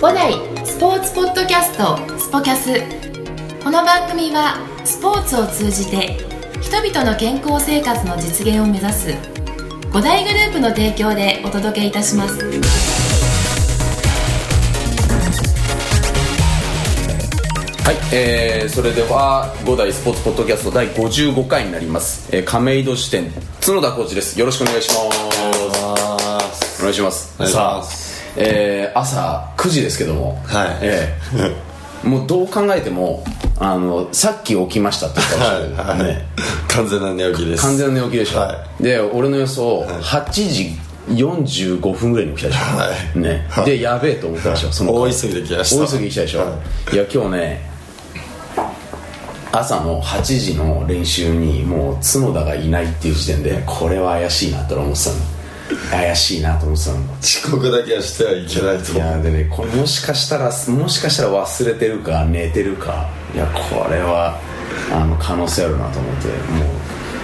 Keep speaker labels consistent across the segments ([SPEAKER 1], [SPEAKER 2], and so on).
[SPEAKER 1] 五代スポーツポッドキャストスポキャスこの番組はスポーツを通じて人々の健康生活の実現を目指す五大グループの提供でお届けいたします
[SPEAKER 2] はい、えー、それでは五代スポーツポッドキャスト第55回になります、えー、亀戸支店角田コーチですよろしくお願いしますお願いします
[SPEAKER 3] 願いし
[SPEAKER 2] さ
[SPEAKER 3] ま
[SPEAKER 2] あ、えー、朝9時ですけども
[SPEAKER 3] はい
[SPEAKER 2] えーもうどう考えてもあのさっき起きましたって言ったらしいけど
[SPEAKER 3] はい、はい
[SPEAKER 2] ね、
[SPEAKER 3] 完全な寝起きです
[SPEAKER 2] 完全な寝起きでしょ、
[SPEAKER 3] は
[SPEAKER 2] で俺の予想、8時45分ぐらいに起きたでしょ、
[SPEAKER 3] はい
[SPEAKER 2] ね、でやべえと思ったでしょ、その
[SPEAKER 3] 大急ぎで来ました
[SPEAKER 2] 大急ぎしたでしょ、い、や今日ね朝の8時の練習にもう角田がいないっていう時点でこれは怪しいなと思ってたの怪しいなと思ってたの
[SPEAKER 3] 遅刻だけはしてはいけない
[SPEAKER 2] い
[SPEAKER 3] と
[SPEAKER 2] やでねこれもしかしたらもしかしたら忘れてるか寝てるかいやこれはあの可能性あるなと思っても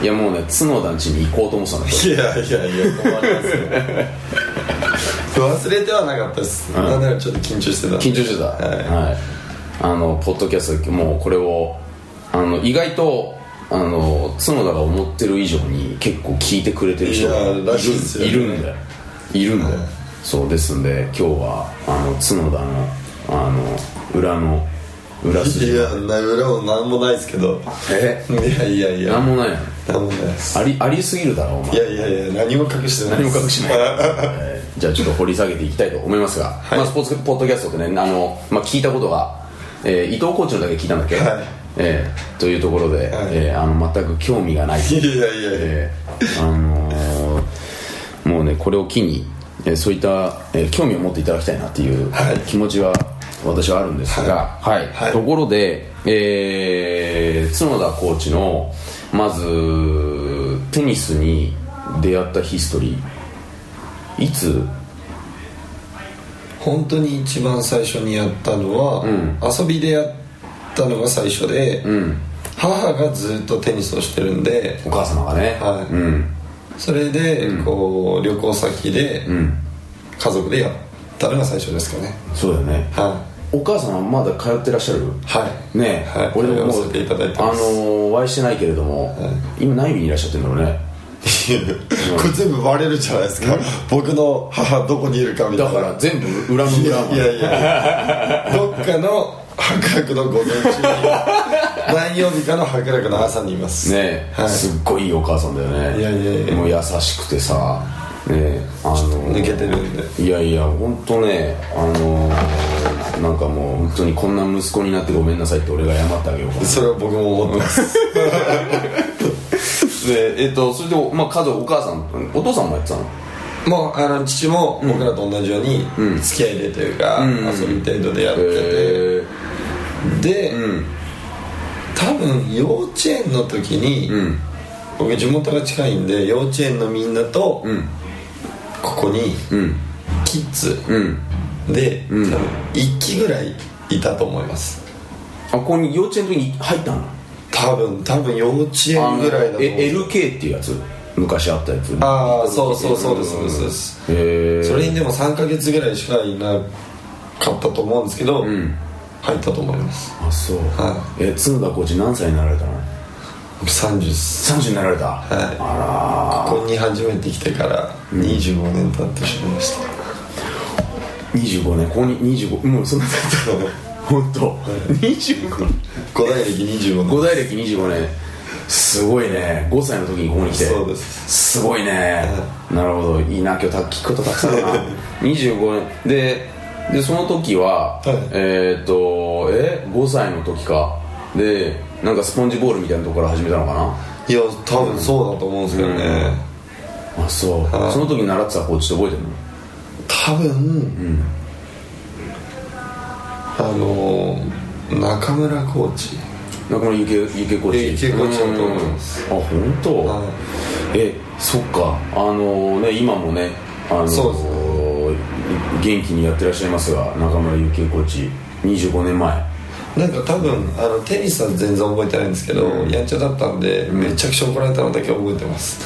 [SPEAKER 2] ういやもうね角田ん家に行こうと思ってたの
[SPEAKER 3] いやいやいや困りますね忘れてはなかったです、なんならちょっと緊張してた
[SPEAKER 2] 緊張してた
[SPEAKER 3] はい
[SPEAKER 2] あのポッドキャストもうこれをあの意外とあの角田が思ってる以上に結構聞いてくれてる人が
[SPEAKER 3] いや
[SPEAKER 2] いる
[SPEAKER 3] らしいですよね
[SPEAKER 2] いるんだよいるんだよ、そうですんで今日はあの角田のあの裏の裏
[SPEAKER 3] い
[SPEAKER 2] 筋
[SPEAKER 3] やな裏もなんもないですけど
[SPEAKER 2] え
[SPEAKER 3] いやいやいや
[SPEAKER 2] なんもないの
[SPEAKER 3] なんもないです
[SPEAKER 2] ありありすぎるだろお前
[SPEAKER 3] いやいやいや何も隠してない
[SPEAKER 2] 何
[SPEAKER 3] で
[SPEAKER 2] も
[SPEAKER 3] す
[SPEAKER 2] 隠しない、えーじゃあちょっと掘り下げていきたいと思いますが、まあ、スポーツポッドキャストってねあの、まあ、聞いたことが、えー伊藤コーチのだけ聞いたんだっけ、
[SPEAKER 3] はい
[SPEAKER 2] えーというところで、
[SPEAKER 3] い
[SPEAKER 2] えーあの全く興味がない、
[SPEAKER 3] いやいやいや、
[SPEAKER 2] えーあのーもうねこれを機に、えーそういった、えー興味を持っていただきたいなっていう
[SPEAKER 3] はい
[SPEAKER 2] 気持ちは私はあるんですが、はい
[SPEAKER 3] はい
[SPEAKER 2] ところで、えー角田コーチのまずテニスに出会ったヒストリーいつ
[SPEAKER 3] 本当に一番最初にやったのは、遊びでやったのが最初で、母がずっとテニスをしてるんで、
[SPEAKER 2] お母様がね、
[SPEAKER 3] はい
[SPEAKER 2] うん、
[SPEAKER 3] それで、こう旅行先で、家族でやったのが最初ですかね
[SPEAKER 2] そうだよね
[SPEAKER 3] は
[SPEAKER 2] お母様まだ通ってらっしゃる
[SPEAKER 3] いはい
[SPEAKER 2] ねえ、
[SPEAKER 3] はい
[SPEAKER 2] 俺も
[SPEAKER 3] 通
[SPEAKER 2] も
[SPEAKER 3] わ
[SPEAKER 2] う
[SPEAKER 3] せていただいて
[SPEAKER 2] あの
[SPEAKER 3] ます
[SPEAKER 2] ーお会いしてないけれども、今何日にいらっしゃってるんだろうね
[SPEAKER 3] これ全部バレるじゃないですか僕の母どこにいるかみたい
[SPEAKER 2] だ
[SPEAKER 3] な
[SPEAKER 2] から全部裏の
[SPEAKER 3] い
[SPEAKER 2] 裏
[SPEAKER 3] や
[SPEAKER 2] ま
[SPEAKER 3] い
[SPEAKER 2] で
[SPEAKER 3] やいやどっかの博楽の午前中に何曜日かの博楽の朝にいます
[SPEAKER 2] ねえ、
[SPEAKER 3] はい
[SPEAKER 2] すっごいいいお母さんだよね
[SPEAKER 3] いやいやいや
[SPEAKER 2] もう優しくてさねえあの
[SPEAKER 3] 抜けてるんで
[SPEAKER 2] いやいや本当ねあのーなんかもう本当にこんな息子になってごめんなさいって俺が謝ってあげようかな
[SPEAKER 3] それは僕も思って ます
[SPEAKER 2] でえっとそれで、まあ、家族お母さんお父さんもやってたの
[SPEAKER 3] もうあの父も僕らと同じように付き合いでというか、遊び程度でやってて、
[SPEAKER 2] え
[SPEAKER 3] で、多分幼稚園の時に、僕地元が近いんで幼稚園のみんなと、ここに、キッズ
[SPEAKER 2] ー、うん
[SPEAKER 3] で、多分1期ぐらいいたと思います
[SPEAKER 2] あここに幼稚園の時に入ったの
[SPEAKER 3] 多分多分幼稚園ぐらいだと思う
[SPEAKER 2] え LK っていうやつ昔あったやつ
[SPEAKER 3] ああそうそうそうですそうですそうです
[SPEAKER 2] へえ
[SPEAKER 3] それにでも3ヶ月ぐらいしかいなかったと思うんですけど、入ったと思います
[SPEAKER 2] あそう、
[SPEAKER 3] は
[SPEAKER 2] え角田コーチ何歳になられたの
[SPEAKER 3] 僕30です
[SPEAKER 2] 30になられた、
[SPEAKER 3] はいここに初めて来てから25年経ってしまいました、
[SPEAKER 2] 25年ここに25もうそんなだったの本当、25
[SPEAKER 3] 五代歴25
[SPEAKER 2] 五
[SPEAKER 3] 年
[SPEAKER 2] 代歴25年すごいね5歳の時にここに来て
[SPEAKER 3] そうです
[SPEAKER 2] すごいねなるほどいいな今日た聞くことたくさんあるな25年ででその時は、
[SPEAKER 3] はい
[SPEAKER 2] えーっとえ5歳の時かでなんかスポンジボールみたいなところから始めたのか
[SPEAKER 3] いや多分そうだと思うんですけどね、
[SPEAKER 2] なあそう、
[SPEAKER 3] はい
[SPEAKER 2] その時習ってたコーチって覚えてるの
[SPEAKER 3] 多分、あのー中村コーチ
[SPEAKER 2] 中村ゆけゆけコーチ
[SPEAKER 3] えゆけコーチだと思います
[SPEAKER 2] うんあ本当、
[SPEAKER 3] はい
[SPEAKER 2] えそっかあのね今もねあの
[SPEAKER 3] そうです
[SPEAKER 2] 元気にやってらっしゃいますが中村ゆけコーチ25年前
[SPEAKER 3] なんか多分あのテニスは全然覚えてないんですけど、やんちゃだったんで、めちゃくちゃ怒られたのだけ覚えてます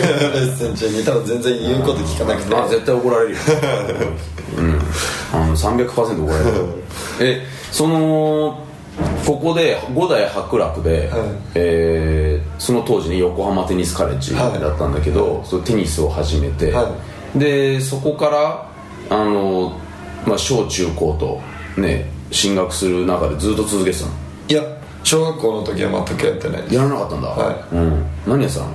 [SPEAKER 3] レッスン中に多分全然言うこと聞かなくて
[SPEAKER 2] あ絶対怒ら れるよ、うん、あの300%怒られるえそのここで五代伯楽で、
[SPEAKER 3] はい
[SPEAKER 2] えーその当時ね横浜テニスカレッジだったんだけど、そのテニスを始めて、
[SPEAKER 3] は
[SPEAKER 2] でそこからあの、まあ、小中高とね進学する中でずっと続けてたの
[SPEAKER 3] いや小学校の時は全くやってないです
[SPEAKER 2] やらなかったんだ、
[SPEAKER 3] は
[SPEAKER 2] うん、何やってたの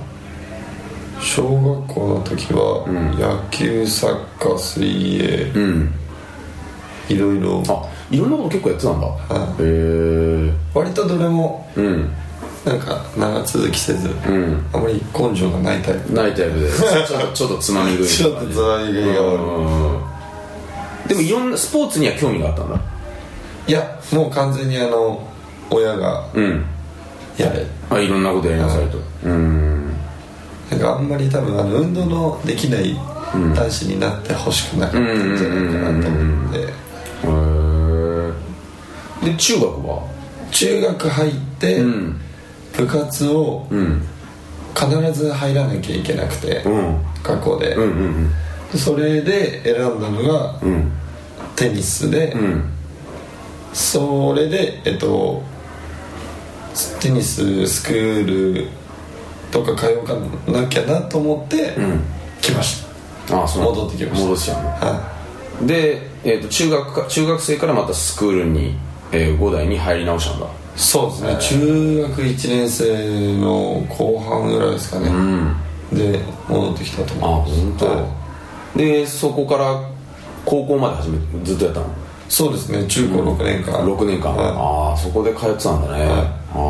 [SPEAKER 3] 小学校の時は、野球サッカー水泳、
[SPEAKER 2] ん
[SPEAKER 3] いろいろ
[SPEAKER 2] あいろんなこと結構やってたんだ、
[SPEAKER 3] はい
[SPEAKER 2] へえ
[SPEAKER 3] 割とどれも
[SPEAKER 2] うん
[SPEAKER 3] なんか長続きせず、あまり根性がないタイプ
[SPEAKER 2] ないタイプでちょっとちょっとつまみ食い
[SPEAKER 3] ちょっとつまみ食いが悪い
[SPEAKER 2] でもいろんなスポーツには興味があったんだ
[SPEAKER 3] いやもう完全にあの親が
[SPEAKER 2] うん
[SPEAKER 3] やれ
[SPEAKER 2] あいろんなことやりなさいと、うん
[SPEAKER 3] なんかあんまり多分あの運動のできない男子になってほしくなかったんじゃないかなと思うんで
[SPEAKER 2] へえで中学は
[SPEAKER 3] 中学入って
[SPEAKER 2] ん
[SPEAKER 3] 部活を
[SPEAKER 2] うん
[SPEAKER 3] 必ず入らなきゃいけなくて
[SPEAKER 2] うん
[SPEAKER 3] 学校で
[SPEAKER 2] うんうん
[SPEAKER 3] それで選んだのが
[SPEAKER 2] うん
[SPEAKER 3] テニスで
[SPEAKER 2] うん
[SPEAKER 3] それでえっとテニススクールとか通うかなきゃなと思って
[SPEAKER 2] ん
[SPEAKER 3] 来ました、
[SPEAKER 2] あそうなんだ
[SPEAKER 3] 戻ってきました
[SPEAKER 2] 戻しちゃうの
[SPEAKER 3] は
[SPEAKER 2] で、えー、と中学か中学生からまたスクールに、えー、5代に入り直したんだ
[SPEAKER 3] いそうですね中学1年生の後半ぐらいですかね、で戻ってきたと
[SPEAKER 2] あ
[SPEAKER 3] 思い
[SPEAKER 2] 本
[SPEAKER 3] ます
[SPEAKER 2] 当。
[SPEAKER 3] はい
[SPEAKER 2] でそこから高校まで始めてずっとやったの
[SPEAKER 3] そうですね中高6年間、
[SPEAKER 2] 6年間、
[SPEAKER 3] はい
[SPEAKER 2] ああそこで通ってたんだね、ああ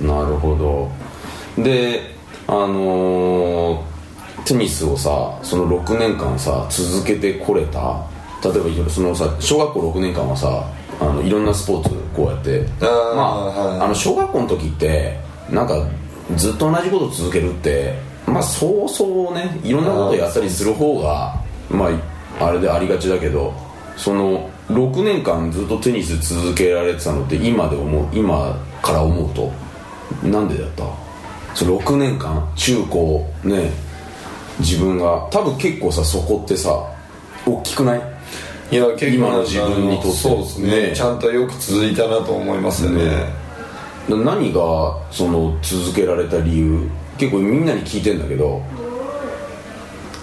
[SPEAKER 2] なるほどであのーテニスをさその6年間さ続けてこれた例えばそのさ小学校6年間はさあのいろんなスポーツこうやって
[SPEAKER 3] あー
[SPEAKER 2] まあ,、
[SPEAKER 3] はい
[SPEAKER 2] あの小学校の時ってなんかずっと同じことを続けるってまあそうそうねいろんなことやったりする方がまああれでありがちだけどその6年間ずっとテニス続けられてたのって今で思う今から思うとなんでだったその6年間中高ね自分が多分結構さそこってさ大きくない
[SPEAKER 3] いや結構
[SPEAKER 2] 今の自分にとって
[SPEAKER 3] そうですね
[SPEAKER 2] ね
[SPEAKER 3] ちゃんとよく続いたなと思いますよね
[SPEAKER 2] ねな何がその続けられた理由結構みんなに聞いてんだけど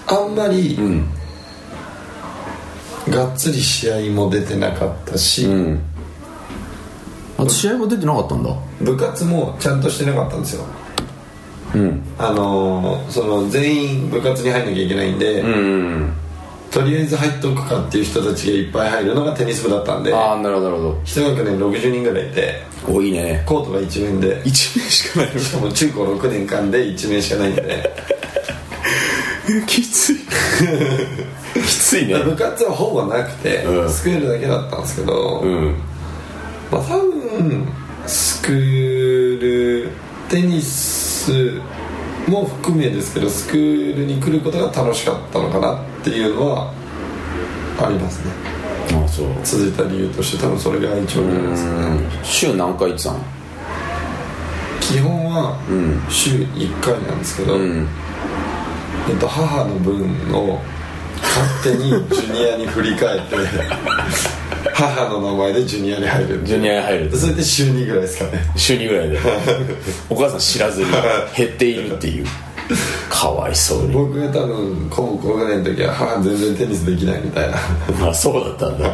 [SPEAKER 3] あんまり、
[SPEAKER 2] ん
[SPEAKER 3] がっつり試合も出てなかったし、
[SPEAKER 2] んあ試合も出てなかったんだ
[SPEAKER 3] 部活もちゃんとしてなかったんですよあのーその全員部活に入んなきゃいけないんで、
[SPEAKER 2] うん
[SPEAKER 3] とりあえず入っとくかっていう人たちがいっぱい入るのがテニス部だったんで
[SPEAKER 2] ああなるほどなるほ
[SPEAKER 3] 一学年60人ぐらいいて
[SPEAKER 2] どおいいね
[SPEAKER 3] コートが1面で
[SPEAKER 2] 1年しかない
[SPEAKER 3] しかも中高6年間で1面しかないんで
[SPEAKER 2] きついきついね
[SPEAKER 3] 部活はほぼなくて、
[SPEAKER 2] うん
[SPEAKER 3] スクールだけだったんですけど、
[SPEAKER 2] うん
[SPEAKER 3] まあ、多分スクールテニスも含めですけどスクールに来ることが楽しかったのかなっていうのはありますね
[SPEAKER 2] あそう
[SPEAKER 3] 続いた理由として多分それが一番じゃないですかね
[SPEAKER 2] 週何回行ってたの
[SPEAKER 3] 基本は週1回なんですけど、
[SPEAKER 2] うん
[SPEAKER 3] えっと、母の分を勝手にジュニアに振り 返って母の名前でジュニアに入る
[SPEAKER 2] ジュニアに入る
[SPEAKER 3] それで週2ぐらいですかね
[SPEAKER 2] 週2ぐらいで お母さん知らずに減っているっていうかわいそうに
[SPEAKER 3] 僕が多分高校ぐらいの時は母全然テニスできないみたいな
[SPEAKER 2] まあそうだったんだ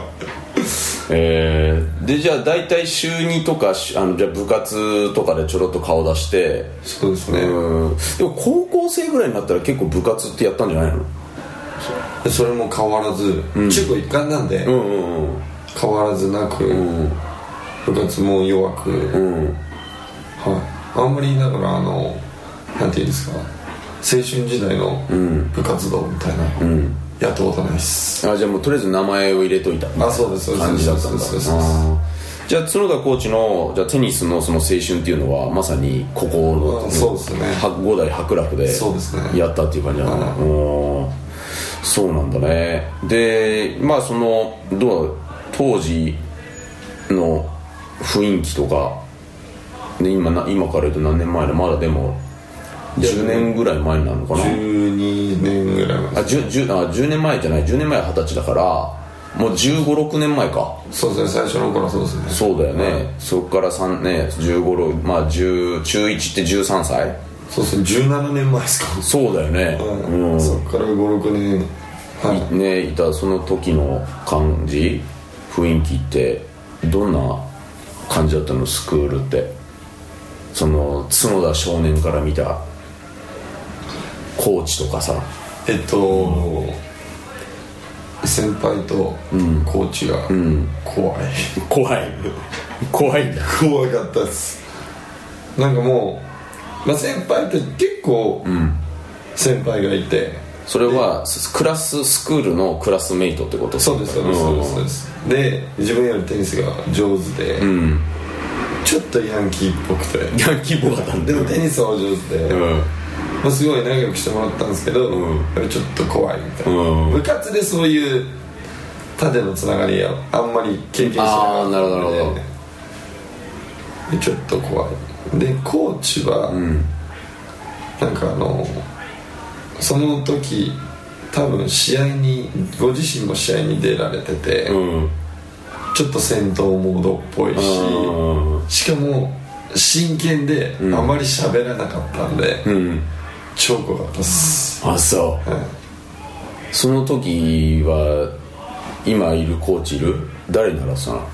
[SPEAKER 2] えー、でじゃあ大体週2とかしあのじゃあ部活とかでちょろっと顔出して
[SPEAKER 3] そうですね、
[SPEAKER 2] うんでも高校生ぐらいになったら結構部活ってやったんじゃないの
[SPEAKER 3] でそれも変わらず、中高一貫なんで、
[SPEAKER 2] うんうんうん
[SPEAKER 3] 変わらずなく、
[SPEAKER 2] ん
[SPEAKER 3] 部活も弱く、
[SPEAKER 2] うん
[SPEAKER 3] はい、あんまりだからあのなんていうんですか青春時代の部活動みたいな、やったことないっす
[SPEAKER 2] あじゃあもうとりあえず名前を入れといた
[SPEAKER 3] あそうですそうです
[SPEAKER 2] 感じだったんだ
[SPEAKER 3] そうですそうですそう
[SPEAKER 2] あーじゃあ角田コーチのじゃあテニスのその青春っていうのはまさにここの、
[SPEAKER 3] うんそうですね
[SPEAKER 2] は五代伯楽で
[SPEAKER 3] そうですね
[SPEAKER 2] やったっていう感じなんだ、
[SPEAKER 3] う
[SPEAKER 2] おーそうなんだねでまあそのどうだろう当時の雰囲気とかで今な今から言うと何年前だまだでも10年ぐらい前になるのかな
[SPEAKER 3] 12年ぐらい前
[SPEAKER 2] あ 10, 10, あ10年前じゃない10年前は二十歳だからもう1 5 6年前か
[SPEAKER 3] そうですね最初の頃そうですね
[SPEAKER 2] そうだよね、そこから3ね1 5まあ10中1って13歳
[SPEAKER 3] そうですね17年前ですか
[SPEAKER 2] そうだよね、
[SPEAKER 3] うんそっから56年はい
[SPEAKER 2] ねいたその時の感じ雰囲気ってどんな感じだったのスクールってその角田少年から見たコーチとかさ
[SPEAKER 3] えっと先輩とコーチが怖い、
[SPEAKER 2] 怖い怖いんだ
[SPEAKER 3] 怖かったですなんかもう、まあ、先輩って結構先輩がいて、
[SPEAKER 2] それはすクラススクールのクラスメイトってこと
[SPEAKER 3] そうですそうですそうですそうですで自分よりテニスが上手で、
[SPEAKER 2] ん
[SPEAKER 3] ちょっとヤンキーっぽくて
[SPEAKER 2] ヤンキーっぽかったんだ
[SPEAKER 3] でもテニスは上手で、
[SPEAKER 2] うん
[SPEAKER 3] まあ、すごい仲良くしてもらったんですけど、
[SPEAKER 2] うん
[SPEAKER 3] やっぱりちょっと怖いみたいな、
[SPEAKER 2] うん
[SPEAKER 3] 部活でそういう縦のつながりああんまり経験してなかったので
[SPEAKER 2] あーなるほどなるほど
[SPEAKER 3] でちょっと怖いでコーチは、なんかあのその時多分試合にご自身も試合に出られてて、
[SPEAKER 2] うん
[SPEAKER 3] ちょっと戦闘モードっぽいし、
[SPEAKER 2] うん
[SPEAKER 3] しかも真剣であまり喋らなかったんで、
[SPEAKER 2] うん
[SPEAKER 3] 超怖かったっす、
[SPEAKER 2] あそう
[SPEAKER 3] はい
[SPEAKER 2] その時は今いるコーチいる誰に習ってたのあ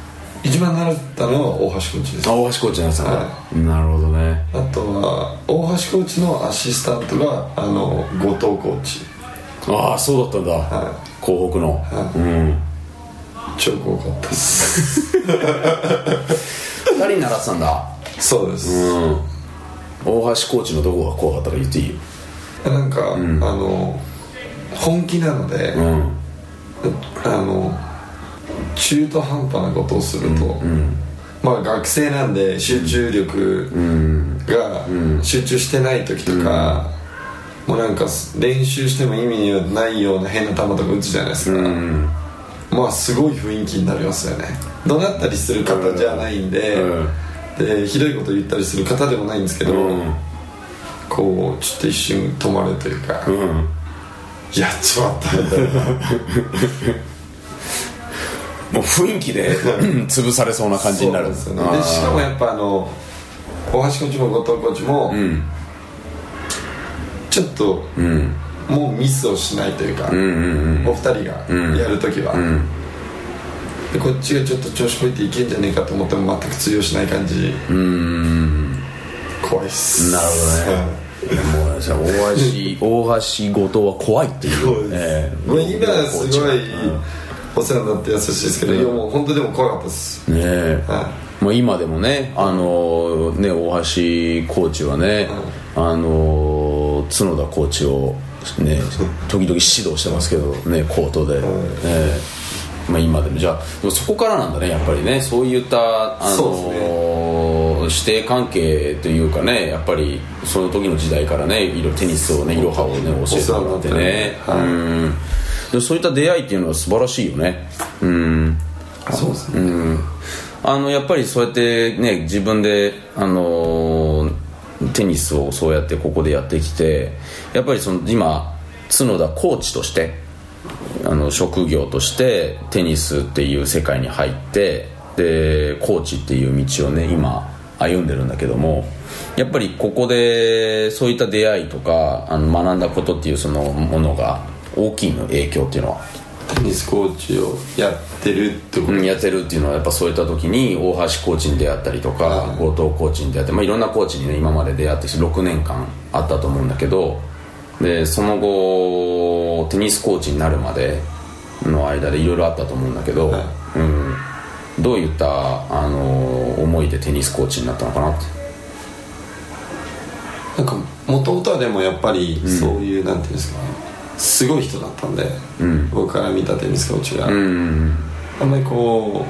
[SPEAKER 3] 一番習ったのは大橋コーチですあ
[SPEAKER 2] 大橋コーチに習ってたんだ、
[SPEAKER 3] は
[SPEAKER 2] なるほどね
[SPEAKER 3] とは大橋コーチのアシスタントがあの後藤コーチ
[SPEAKER 2] ああそうだったんだ、
[SPEAKER 3] は
[SPEAKER 2] 東北の、
[SPEAKER 3] い
[SPEAKER 2] うん
[SPEAKER 3] 超怖かったっす
[SPEAKER 2] 2人に習ってたんだ
[SPEAKER 3] そうです、
[SPEAKER 2] うん大橋コーチのどこが怖かったか言っていい
[SPEAKER 3] なんか、あの本気なので、
[SPEAKER 2] うん
[SPEAKER 3] あの中途半端なことをすると、まあ学生なんで集中力が集中してない時とか、もうなんか練習しても意味のないような変な球とか打つじゃないですか、まあすごい雰囲気になりますよね怒鳴ったりする方じゃないんで,、
[SPEAKER 2] うん
[SPEAKER 3] でひどいこと言ったりする方でもないんですけど、こうちょっと一瞬止まるというか、
[SPEAKER 2] うん
[SPEAKER 3] やっちまったみたいな
[SPEAKER 2] もう雰囲気で うん潰されそうな感じになる
[SPEAKER 3] そうなんですよねでしかもやっぱあの大橋コーチも後藤コーチも、
[SPEAKER 2] ん
[SPEAKER 3] ちょっと、
[SPEAKER 2] うん
[SPEAKER 3] もうミスをしないというか、
[SPEAKER 2] うんうん
[SPEAKER 3] お二人がやるときは、でこっちがちょっと調子こいていけんじゃねえかと思っても全く通用しない感じ怖いっす
[SPEAKER 2] なるほどねうんもうさ大橋大橋後藤は怖いっていう
[SPEAKER 3] そうです、もう今はすごい
[SPEAKER 2] うん
[SPEAKER 3] お世話になって優しいですけど、いやもう本当でも怖かったです、
[SPEAKER 2] ねえ、
[SPEAKER 3] は
[SPEAKER 2] まあ、今でもね,、あのね大橋コーチはね、あの角田コーチを、ね、時々指導してますけど、ね、コートで、ええまあ、今でもじゃあでもそこからなんだねやっぱりねそういった、あ
[SPEAKER 3] そうです
[SPEAKER 2] の師弟関係というかねやっぱりその時の時代からねいろいろテニスをねいろはをね教えてもらってね
[SPEAKER 3] お世話に
[SPEAKER 2] うんでもそういった出会いっていうのは素晴らしいよねうん
[SPEAKER 3] そうですね、
[SPEAKER 2] あのやっぱりそうやってね自分で、あのーテニスをそうやってここでやってきてやっぱりその今角田コーチとしてあの職業としてテニスっていう世界に入ってでコーチっていう道をね今歩んでるんだけどもやっぱりここでそういった出会いとかあの学んだことっていうそのものが大きいの影響っていうのは
[SPEAKER 3] テニスコーチをやってるってこと、
[SPEAKER 2] うんやってるっていうのはやっぱそういった時に大橋コーチに出会ったりとか後藤コーチに出会って、まあ、いろんなコーチにね今まで出会って6年間あったと思うんだけどでその後テニスコーチになるまでの間でいろいろあったと思うんだけど、
[SPEAKER 3] はい
[SPEAKER 2] うん、どういった、あの思いでテニスコーチになったのかなって
[SPEAKER 3] なんかもともとはでもやっぱりそういう、なんていうんですかねすごい人だったんで、僕から見たテニスコーチが、
[SPEAKER 2] うん
[SPEAKER 3] あんまりこ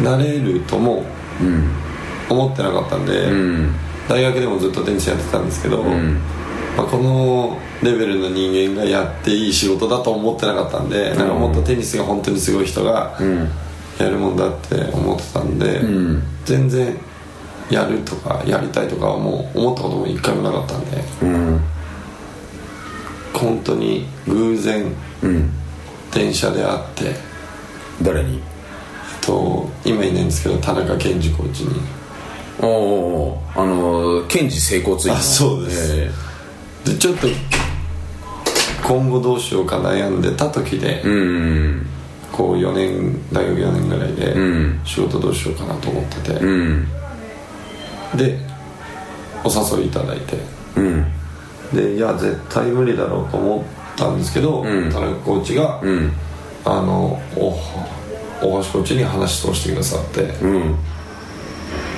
[SPEAKER 3] うなれるとも
[SPEAKER 2] うん
[SPEAKER 3] 思ってなかったんで、
[SPEAKER 2] うん
[SPEAKER 3] 大学でもずっとテニスやってたんですけど、
[SPEAKER 2] ん
[SPEAKER 3] まあ、このレベルの人間がやっていい仕事だと思ってなかったんで、なんかもっとテニスが本当にすごい人が、
[SPEAKER 2] ん
[SPEAKER 3] やるもんだって思ってたんで、全然やるとかやりたいとかはもう思ったことも一回もなかったんで、本当に偶然、電車で会って
[SPEAKER 2] 誰に
[SPEAKER 3] と今いないんですけど田中健二コーチに
[SPEAKER 2] おーおーあのー、ケンジ整骨院の
[SPEAKER 3] あそうです
[SPEAKER 2] え
[SPEAKER 3] でちょっと今後どうしようか悩んでた時で、
[SPEAKER 2] えうん
[SPEAKER 3] こう4年大学4年ぐらいで
[SPEAKER 2] ん
[SPEAKER 3] 仕事どうしようかなと思ってて、
[SPEAKER 2] うん
[SPEAKER 3] でお誘いいただいて
[SPEAKER 2] うん
[SPEAKER 3] でいや絶対無理だろうと思ったんですけど、
[SPEAKER 2] ん
[SPEAKER 3] 田中コーチが、
[SPEAKER 2] うん
[SPEAKER 3] あのお大橋コーチに話し通してくださって、
[SPEAKER 2] うん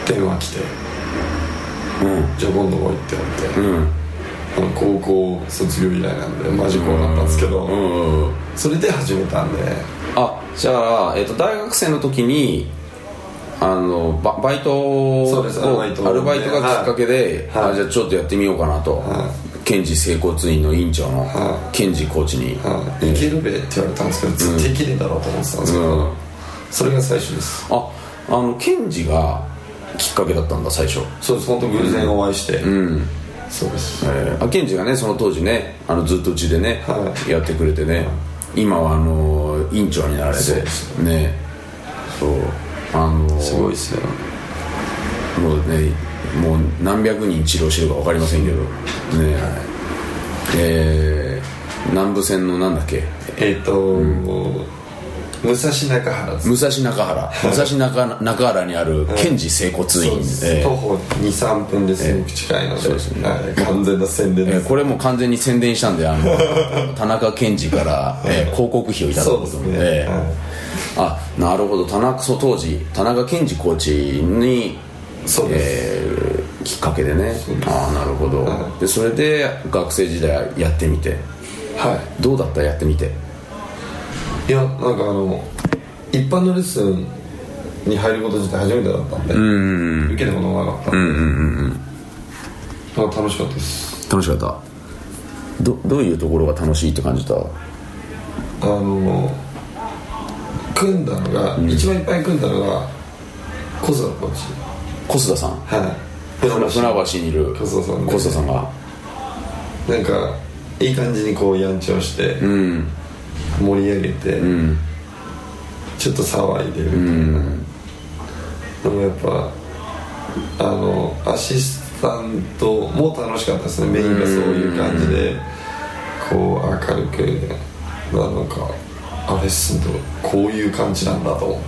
[SPEAKER 3] 電話来て
[SPEAKER 2] うん
[SPEAKER 3] じゃあ今度も行ってやって、
[SPEAKER 2] うん
[SPEAKER 3] あの高校卒業以来なんでマジ怖かったんですけど、
[SPEAKER 2] うんうん
[SPEAKER 3] それで始めたんで
[SPEAKER 2] あじゃあ、えっと大学生の時にあのババイトを
[SPEAKER 3] そうですアルバイトをね
[SPEAKER 2] アルバイトがきっかけで、
[SPEAKER 3] はい
[SPEAKER 2] あじゃあちょっとやってみようかなと、
[SPEAKER 3] は
[SPEAKER 2] ケンジ整骨院の院長の、
[SPEAKER 3] は
[SPEAKER 2] ケンジコーチに、
[SPEAKER 3] 「いけるべ」って言われたんですけど絶対いけねえだろうと思ってたんですけど、
[SPEAKER 2] うん
[SPEAKER 3] それが最初です
[SPEAKER 2] ああのケンジがきっかけだったんだ最初
[SPEAKER 3] そうです本当偶然お会いして、
[SPEAKER 2] うん
[SPEAKER 3] そうです、
[SPEAKER 2] えーあケンジがねその当時ねあのずっとうちでね、
[SPEAKER 3] は
[SPEAKER 2] やってくれてね今はあの院長になられて
[SPEAKER 3] そうです
[SPEAKER 2] ねそうあの
[SPEAKER 3] すごいですよ
[SPEAKER 2] もうねもう何百人治療してるか分かりませんけどねえー南部線のなんだっけ
[SPEAKER 3] えっ、と、武蔵中原です
[SPEAKER 2] 武蔵中 原武蔵中中原にある賢治整骨
[SPEAKER 3] そう
[SPEAKER 2] 院
[SPEAKER 3] です、
[SPEAKER 2] えー
[SPEAKER 3] 徒歩23分ですごく近いので,、
[SPEAKER 2] そうですね
[SPEAKER 3] はい、完全な宣伝
[SPEAKER 2] え
[SPEAKER 3] で
[SPEAKER 2] ー
[SPEAKER 3] す、
[SPEAKER 2] これもう完全に宣伝したんであ の田中賢治から、えー広告費をいただくこと
[SPEAKER 3] そう
[SPEAKER 2] も
[SPEAKER 3] ですね
[SPEAKER 2] えー
[SPEAKER 3] はい
[SPEAKER 2] あなるほど田中そう当時田中賢治コーチに
[SPEAKER 3] そうです、
[SPEAKER 2] えーきっかけでね
[SPEAKER 3] うです
[SPEAKER 2] ああなるほど、
[SPEAKER 3] は
[SPEAKER 2] でそれで学生時代やってみて
[SPEAKER 3] はい
[SPEAKER 2] どうだったやってみて
[SPEAKER 3] いやなんかあの一般のレッスンに入ること自体初めてだったんで、受けたこともなかったんで、なんか楽しかったです
[SPEAKER 2] 楽しかったどどういうところが楽しいって感じた
[SPEAKER 3] あの組んだのが、一番いっぱい組んだのが小須田コーチ
[SPEAKER 2] 小須田さん
[SPEAKER 3] はい
[SPEAKER 2] 船橋にいる
[SPEAKER 3] 小須田さんね
[SPEAKER 2] 小須田さんが
[SPEAKER 3] なんかいい感じにこうやんちをして、
[SPEAKER 2] うん
[SPEAKER 3] 盛り上げて、
[SPEAKER 2] うん
[SPEAKER 3] ちょっと騒いでみたいな、でもやっぱあのアシスタントも楽しかったですねメインがそういう感じで、こう明るくなんかアレッスンとこういう感じなんだと思っ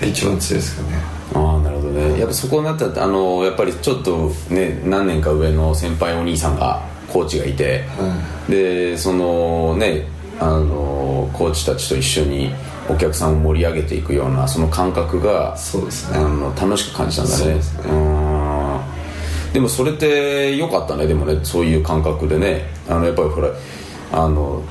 [SPEAKER 3] て、一番強いですかね
[SPEAKER 2] ああなるほどねやっぱそこになったらあのやっぱりちょっとね何年か上の先輩お兄さんがコーチがいて、でそのねあのコーチたちと一緒にお客さんを盛り上げていくようなその感覚が
[SPEAKER 3] そうです
[SPEAKER 2] あ
[SPEAKER 3] ね
[SPEAKER 2] の楽しく感じたんだね
[SPEAKER 3] そうですね
[SPEAKER 2] うんでもそれって良かったねでもねそういう感覚でねあのやっぱりほらあの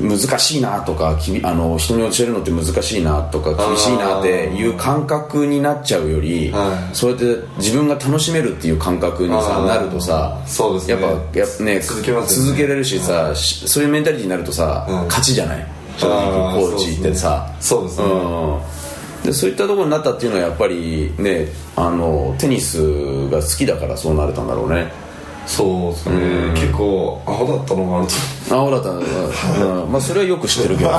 [SPEAKER 2] 難しいなとかきびあの人に教えるのって難しいなとか厳しいなっていう感覚になっちゃうより、
[SPEAKER 3] はい
[SPEAKER 2] そうやって自分が楽しめるっていう感覚にさ
[SPEAKER 3] あー
[SPEAKER 2] なるとさ
[SPEAKER 3] そうですね
[SPEAKER 2] やっぱやっぱね
[SPEAKER 3] 続けますよね
[SPEAKER 2] 続けられるしさ、しそういうメンタリティになるとさ、
[SPEAKER 3] うん
[SPEAKER 2] 勝ちじゃない正直
[SPEAKER 3] あー
[SPEAKER 2] コーチってさ
[SPEAKER 3] そうですねそうですね
[SPEAKER 2] うん、でそういったところになったっていうのはやっぱりねあのテニスが好きだからそうなれたんだろうね
[SPEAKER 3] そうですね、結構アホだったのかなと
[SPEAKER 2] あほらた、うんまあ、それはよく知って るけど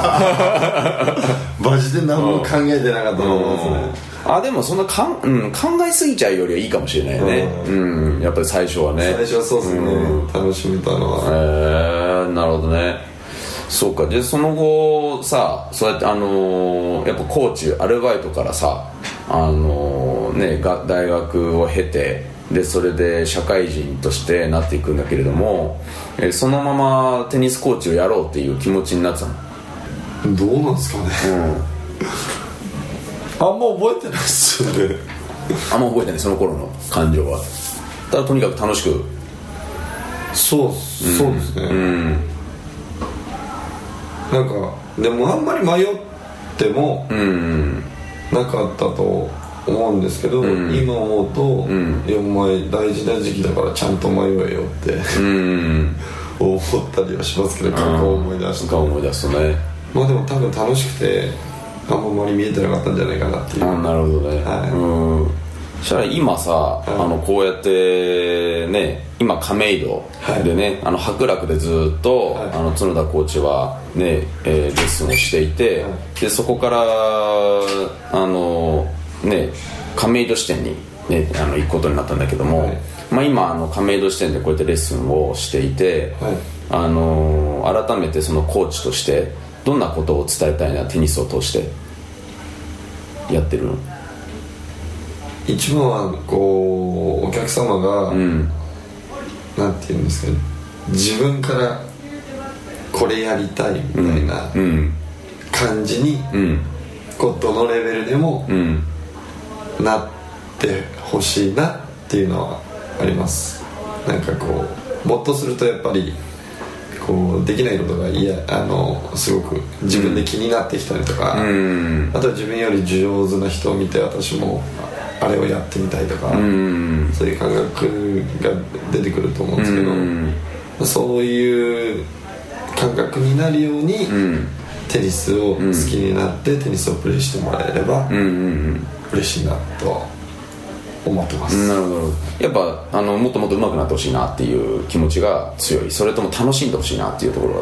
[SPEAKER 3] マジで何も考えてなかったと思いますね、
[SPEAKER 2] あでもそんなかん、うん、考えすぎちゃうよりはいいかもしれないねうん、やっぱり最初はね
[SPEAKER 3] 最初はそうですね、楽しめたのは、
[SPEAKER 2] へえなるほどねそうかでその後さそうやってあのーやっぱコーチアルバイトからさあのーねが大学を経てでそれで社会人としてなっていくんだけれども、えーそのままテニスコーチをやろうっていう気持ちになってたの
[SPEAKER 3] どうなんですかね、あんま覚えてないっすよね
[SPEAKER 2] あんま覚えてないその頃の感情はただとにかく楽しく
[SPEAKER 3] そうそうですね、なんかでもあんまり迷ってもなかったと思うんですけど、今思うと、いやお前大事な時期だからちゃんと迷えよって、思ったりはしますけど過去を思い出して
[SPEAKER 2] 顔を思い出すとね
[SPEAKER 3] まあでも多分楽しくてあんま周り見えてなかったんじゃないかなっていう
[SPEAKER 2] あなるほどね、
[SPEAKER 3] はい
[SPEAKER 2] うんそしたら今さ、
[SPEAKER 3] い
[SPEAKER 2] あのこうやってね今亀戸でね、あの白楽でずっと、
[SPEAKER 3] はい
[SPEAKER 2] あの角田コーチはね、えーレッスンをしていて、
[SPEAKER 3] は
[SPEAKER 2] でそこからあのね亀戸支店にねあの行くことになったんだけども、
[SPEAKER 3] はい
[SPEAKER 2] まあ今あの亀戸支店でこうやってレッスンをしていて、
[SPEAKER 3] はい
[SPEAKER 2] あの改めてそのコーチとしてどんなことを伝えたいなテニスを通してやってるの
[SPEAKER 3] 一番はこうお客様が、
[SPEAKER 2] うん
[SPEAKER 3] なんて言うんですかね自分からこれやりたいみたいな
[SPEAKER 2] うん
[SPEAKER 3] 感じに、
[SPEAKER 2] うん
[SPEAKER 3] こうどのレベルでも
[SPEAKER 2] うん
[SPEAKER 3] なってほしいなっていうのはありますなんかこうぼっとするとやっぱりこうできないことがいやあのすごく自分で気になってきたりとか、
[SPEAKER 2] うん
[SPEAKER 3] あとは自分より上手な人を見て私もあれをやってみたいとか、
[SPEAKER 2] うん
[SPEAKER 3] そういう感覚が出てくると思うんですけど、そういう感覚になるように、テニスを好きになって、テニスをプレーしてもらえれば、
[SPEAKER 2] うんうん
[SPEAKER 3] 嬉しいなと思ってます、
[SPEAKER 2] なるほどなるほどやっぱあのもっともっと上手くなってほしいなっていう気持ちが強いそれとも楽しんでほしいなっていうところが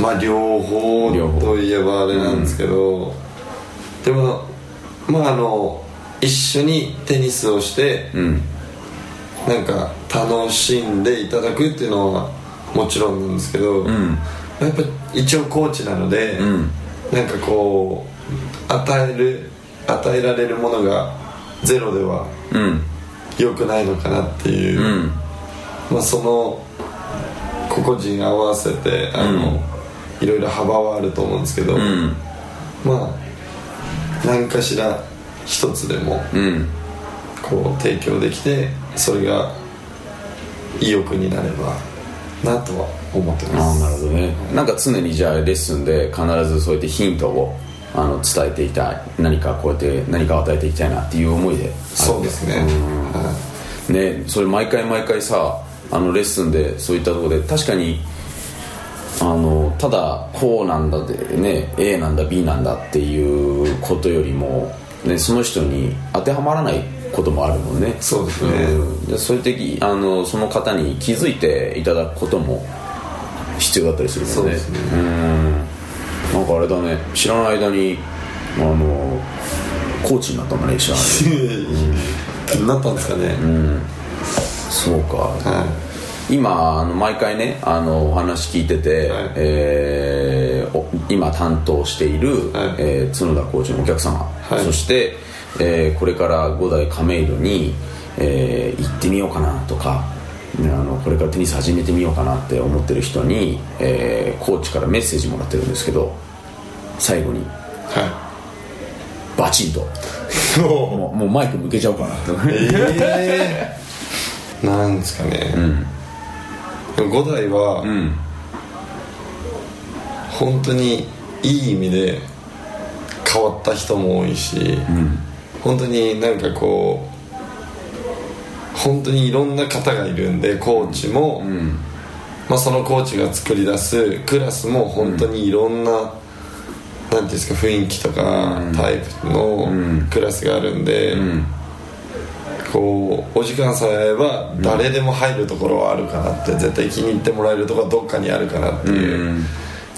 [SPEAKER 3] まあ両方
[SPEAKER 2] 両方
[SPEAKER 3] といえばあれなんですけど、でもまああの一緒にテニスをして、
[SPEAKER 2] うん
[SPEAKER 3] なんか楽しんでいただくっていうのはもちろんなんですけど、
[SPEAKER 2] ん
[SPEAKER 3] やっぱ一応コーチなので、
[SPEAKER 2] ん
[SPEAKER 3] なんかこう与える与えられるものがゼロでは
[SPEAKER 2] うん
[SPEAKER 3] 良くないのかなっていう、
[SPEAKER 2] うん
[SPEAKER 3] まあ、その個々人合わせてあの、いろいろ幅はあると思うんですけど、
[SPEAKER 2] うん
[SPEAKER 3] まあ何かしら一つでも
[SPEAKER 2] うん
[SPEAKER 3] こう提供できてそれが意欲になればなとは思ってま
[SPEAKER 2] ああ
[SPEAKER 3] す
[SPEAKER 2] なるほどねなんか常にじゃあレッスンで必ずそうやってヒントをあの伝えていきたい何かこうやって何かを与えていきたいなっていう思いである
[SPEAKER 3] そうですね、は
[SPEAKER 2] ねそれ毎回毎回さあのレッスンでそういったところで確かにあのただこうなんだでね A なんだ B なんだっていうことよりも、ね、その人に当てはまらないこともあるもんね
[SPEAKER 3] そうですね
[SPEAKER 2] んでそういう時あのその方に気づいていただくことも必要だったりするもんね
[SPEAKER 3] そうですね
[SPEAKER 2] うんなんかあれだね知らない間にあのコーチになったんだね石原ね
[SPEAKER 3] い、なったんですかね、
[SPEAKER 2] そうか、
[SPEAKER 3] は
[SPEAKER 2] 今あの毎回ねあのお話聞いてて、
[SPEAKER 3] はい
[SPEAKER 2] えーお今担当している、
[SPEAKER 3] はい
[SPEAKER 2] えー角田コーチのお客様、
[SPEAKER 3] い
[SPEAKER 2] そして、えーこれから五代亀戸に、えー行ってみようかなとかねあのこれからテニス始めてみようかなって思ってる人に、えーコーチからメッセージもらってるんですけど最後に
[SPEAKER 3] い、は
[SPEAKER 2] バチ ンと
[SPEAKER 3] い、もう
[SPEAKER 2] もうもうマイク向けちゃおうかなと
[SPEAKER 3] ええなんですかね、でも5代は、
[SPEAKER 2] ん
[SPEAKER 3] 本当にいい意味で変わった人も多いし、本当になんかこう本当にいろんな方がいるんでコーチも、まあ、そのコーチが作り出すクラスも本当にいろんな、なんていうんですか雰囲気とかタイプのクラスがあるんで、こうお時間さえ合えば誰でも入るところはあるかなって絶対気に入ってもらえるとこはどっかにあるかなっていう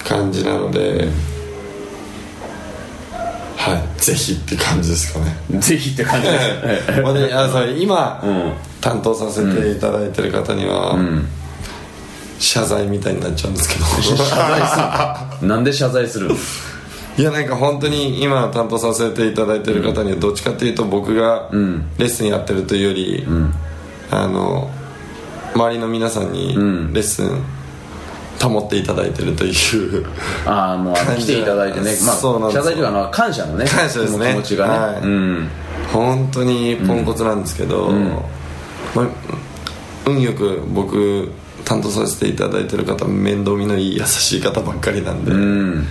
[SPEAKER 3] 感じなので、はいぜひって感じですかね
[SPEAKER 2] ぜひって感じです
[SPEAKER 3] まあねあそう今、
[SPEAKER 2] ん
[SPEAKER 3] 担当させていただいてる方には、謝罪みたいになっちゃうんです けど
[SPEAKER 2] なんで謝罪するの
[SPEAKER 3] いやなんか本当に今担当させていただいてる方にはどっちかっていうと僕がレッスンやってるというより、あの周りの皆さんにレッスン保っていただいてるという
[SPEAKER 2] ああもうあの
[SPEAKER 3] 感
[SPEAKER 2] 来
[SPEAKER 3] じ
[SPEAKER 2] ていただいてね、まあ、
[SPEAKER 3] そうなんです
[SPEAKER 2] 謝罪
[SPEAKER 3] よ
[SPEAKER 2] というかあの感謝のね
[SPEAKER 3] 感謝ですね
[SPEAKER 2] 気持ちがね、
[SPEAKER 3] はい
[SPEAKER 2] うん
[SPEAKER 3] 本当にポンコツなんですけど、まあ運よく僕担当させていただいてる方面倒見のいい優しい方ばっかりなんで、
[SPEAKER 2] うん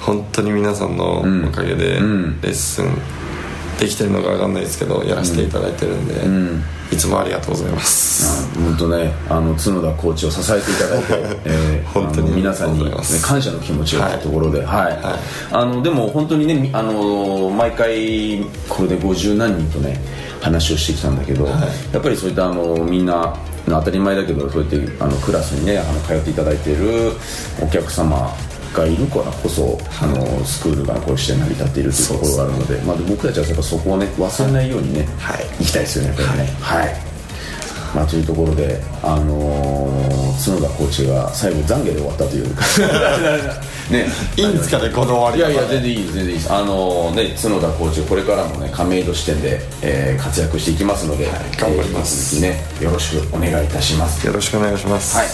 [SPEAKER 3] 本当に皆さんのおかげでレ
[SPEAKER 2] ん
[SPEAKER 3] ッスンできてるのか分かんないですけどやらせていただいてるんで、
[SPEAKER 2] うん
[SPEAKER 3] いつもありがとうございます
[SPEAKER 2] 本当ねあの角田コーチを支えていただい て、えー
[SPEAKER 3] 本当に
[SPEAKER 2] あの皆さんに、
[SPEAKER 3] あり
[SPEAKER 2] ね
[SPEAKER 3] がとうございま、す
[SPEAKER 2] 感謝の気持ちをと
[SPEAKER 3] はい
[SPEAKER 2] いうところで、はいあのでも本当にねみあの毎回これで50何人とね話をしてきたんだけど、やっぱりそういったあのみんな当たり前だけどそうやってあのクラスにねあの通っていただいているお客様がいるからこそあのスクールがこうして成り立っているというところがあるのでまあ、僕たちはやっぱそこをね忘れないようにね、
[SPEAKER 3] はい
[SPEAKER 2] 行きたいですよねやっぱりねはいまあ、というところで、あのー角田コーチが最後懺悔で終わったというね
[SPEAKER 3] いいんですかねこの
[SPEAKER 2] い
[SPEAKER 3] 終
[SPEAKER 2] や
[SPEAKER 3] わ
[SPEAKER 2] い
[SPEAKER 3] り
[SPEAKER 2] や
[SPEAKER 3] 方
[SPEAKER 2] 全然いいです全然いいですあのね角田コーチこれからもね亀戸支店で、えー活躍していきますので、
[SPEAKER 3] 頑張ります
[SPEAKER 2] えー引き続きねよろしくお願いいたします
[SPEAKER 3] よろしくお願いします
[SPEAKER 2] はい、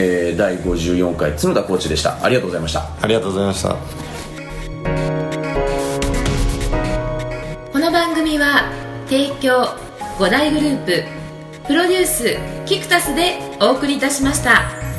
[SPEAKER 2] えー、第54回角田コーチでしたありがとうございました
[SPEAKER 3] ありがとうございました
[SPEAKER 1] この番組は提供五大グループプロデュースキクタスでお送りいたしました。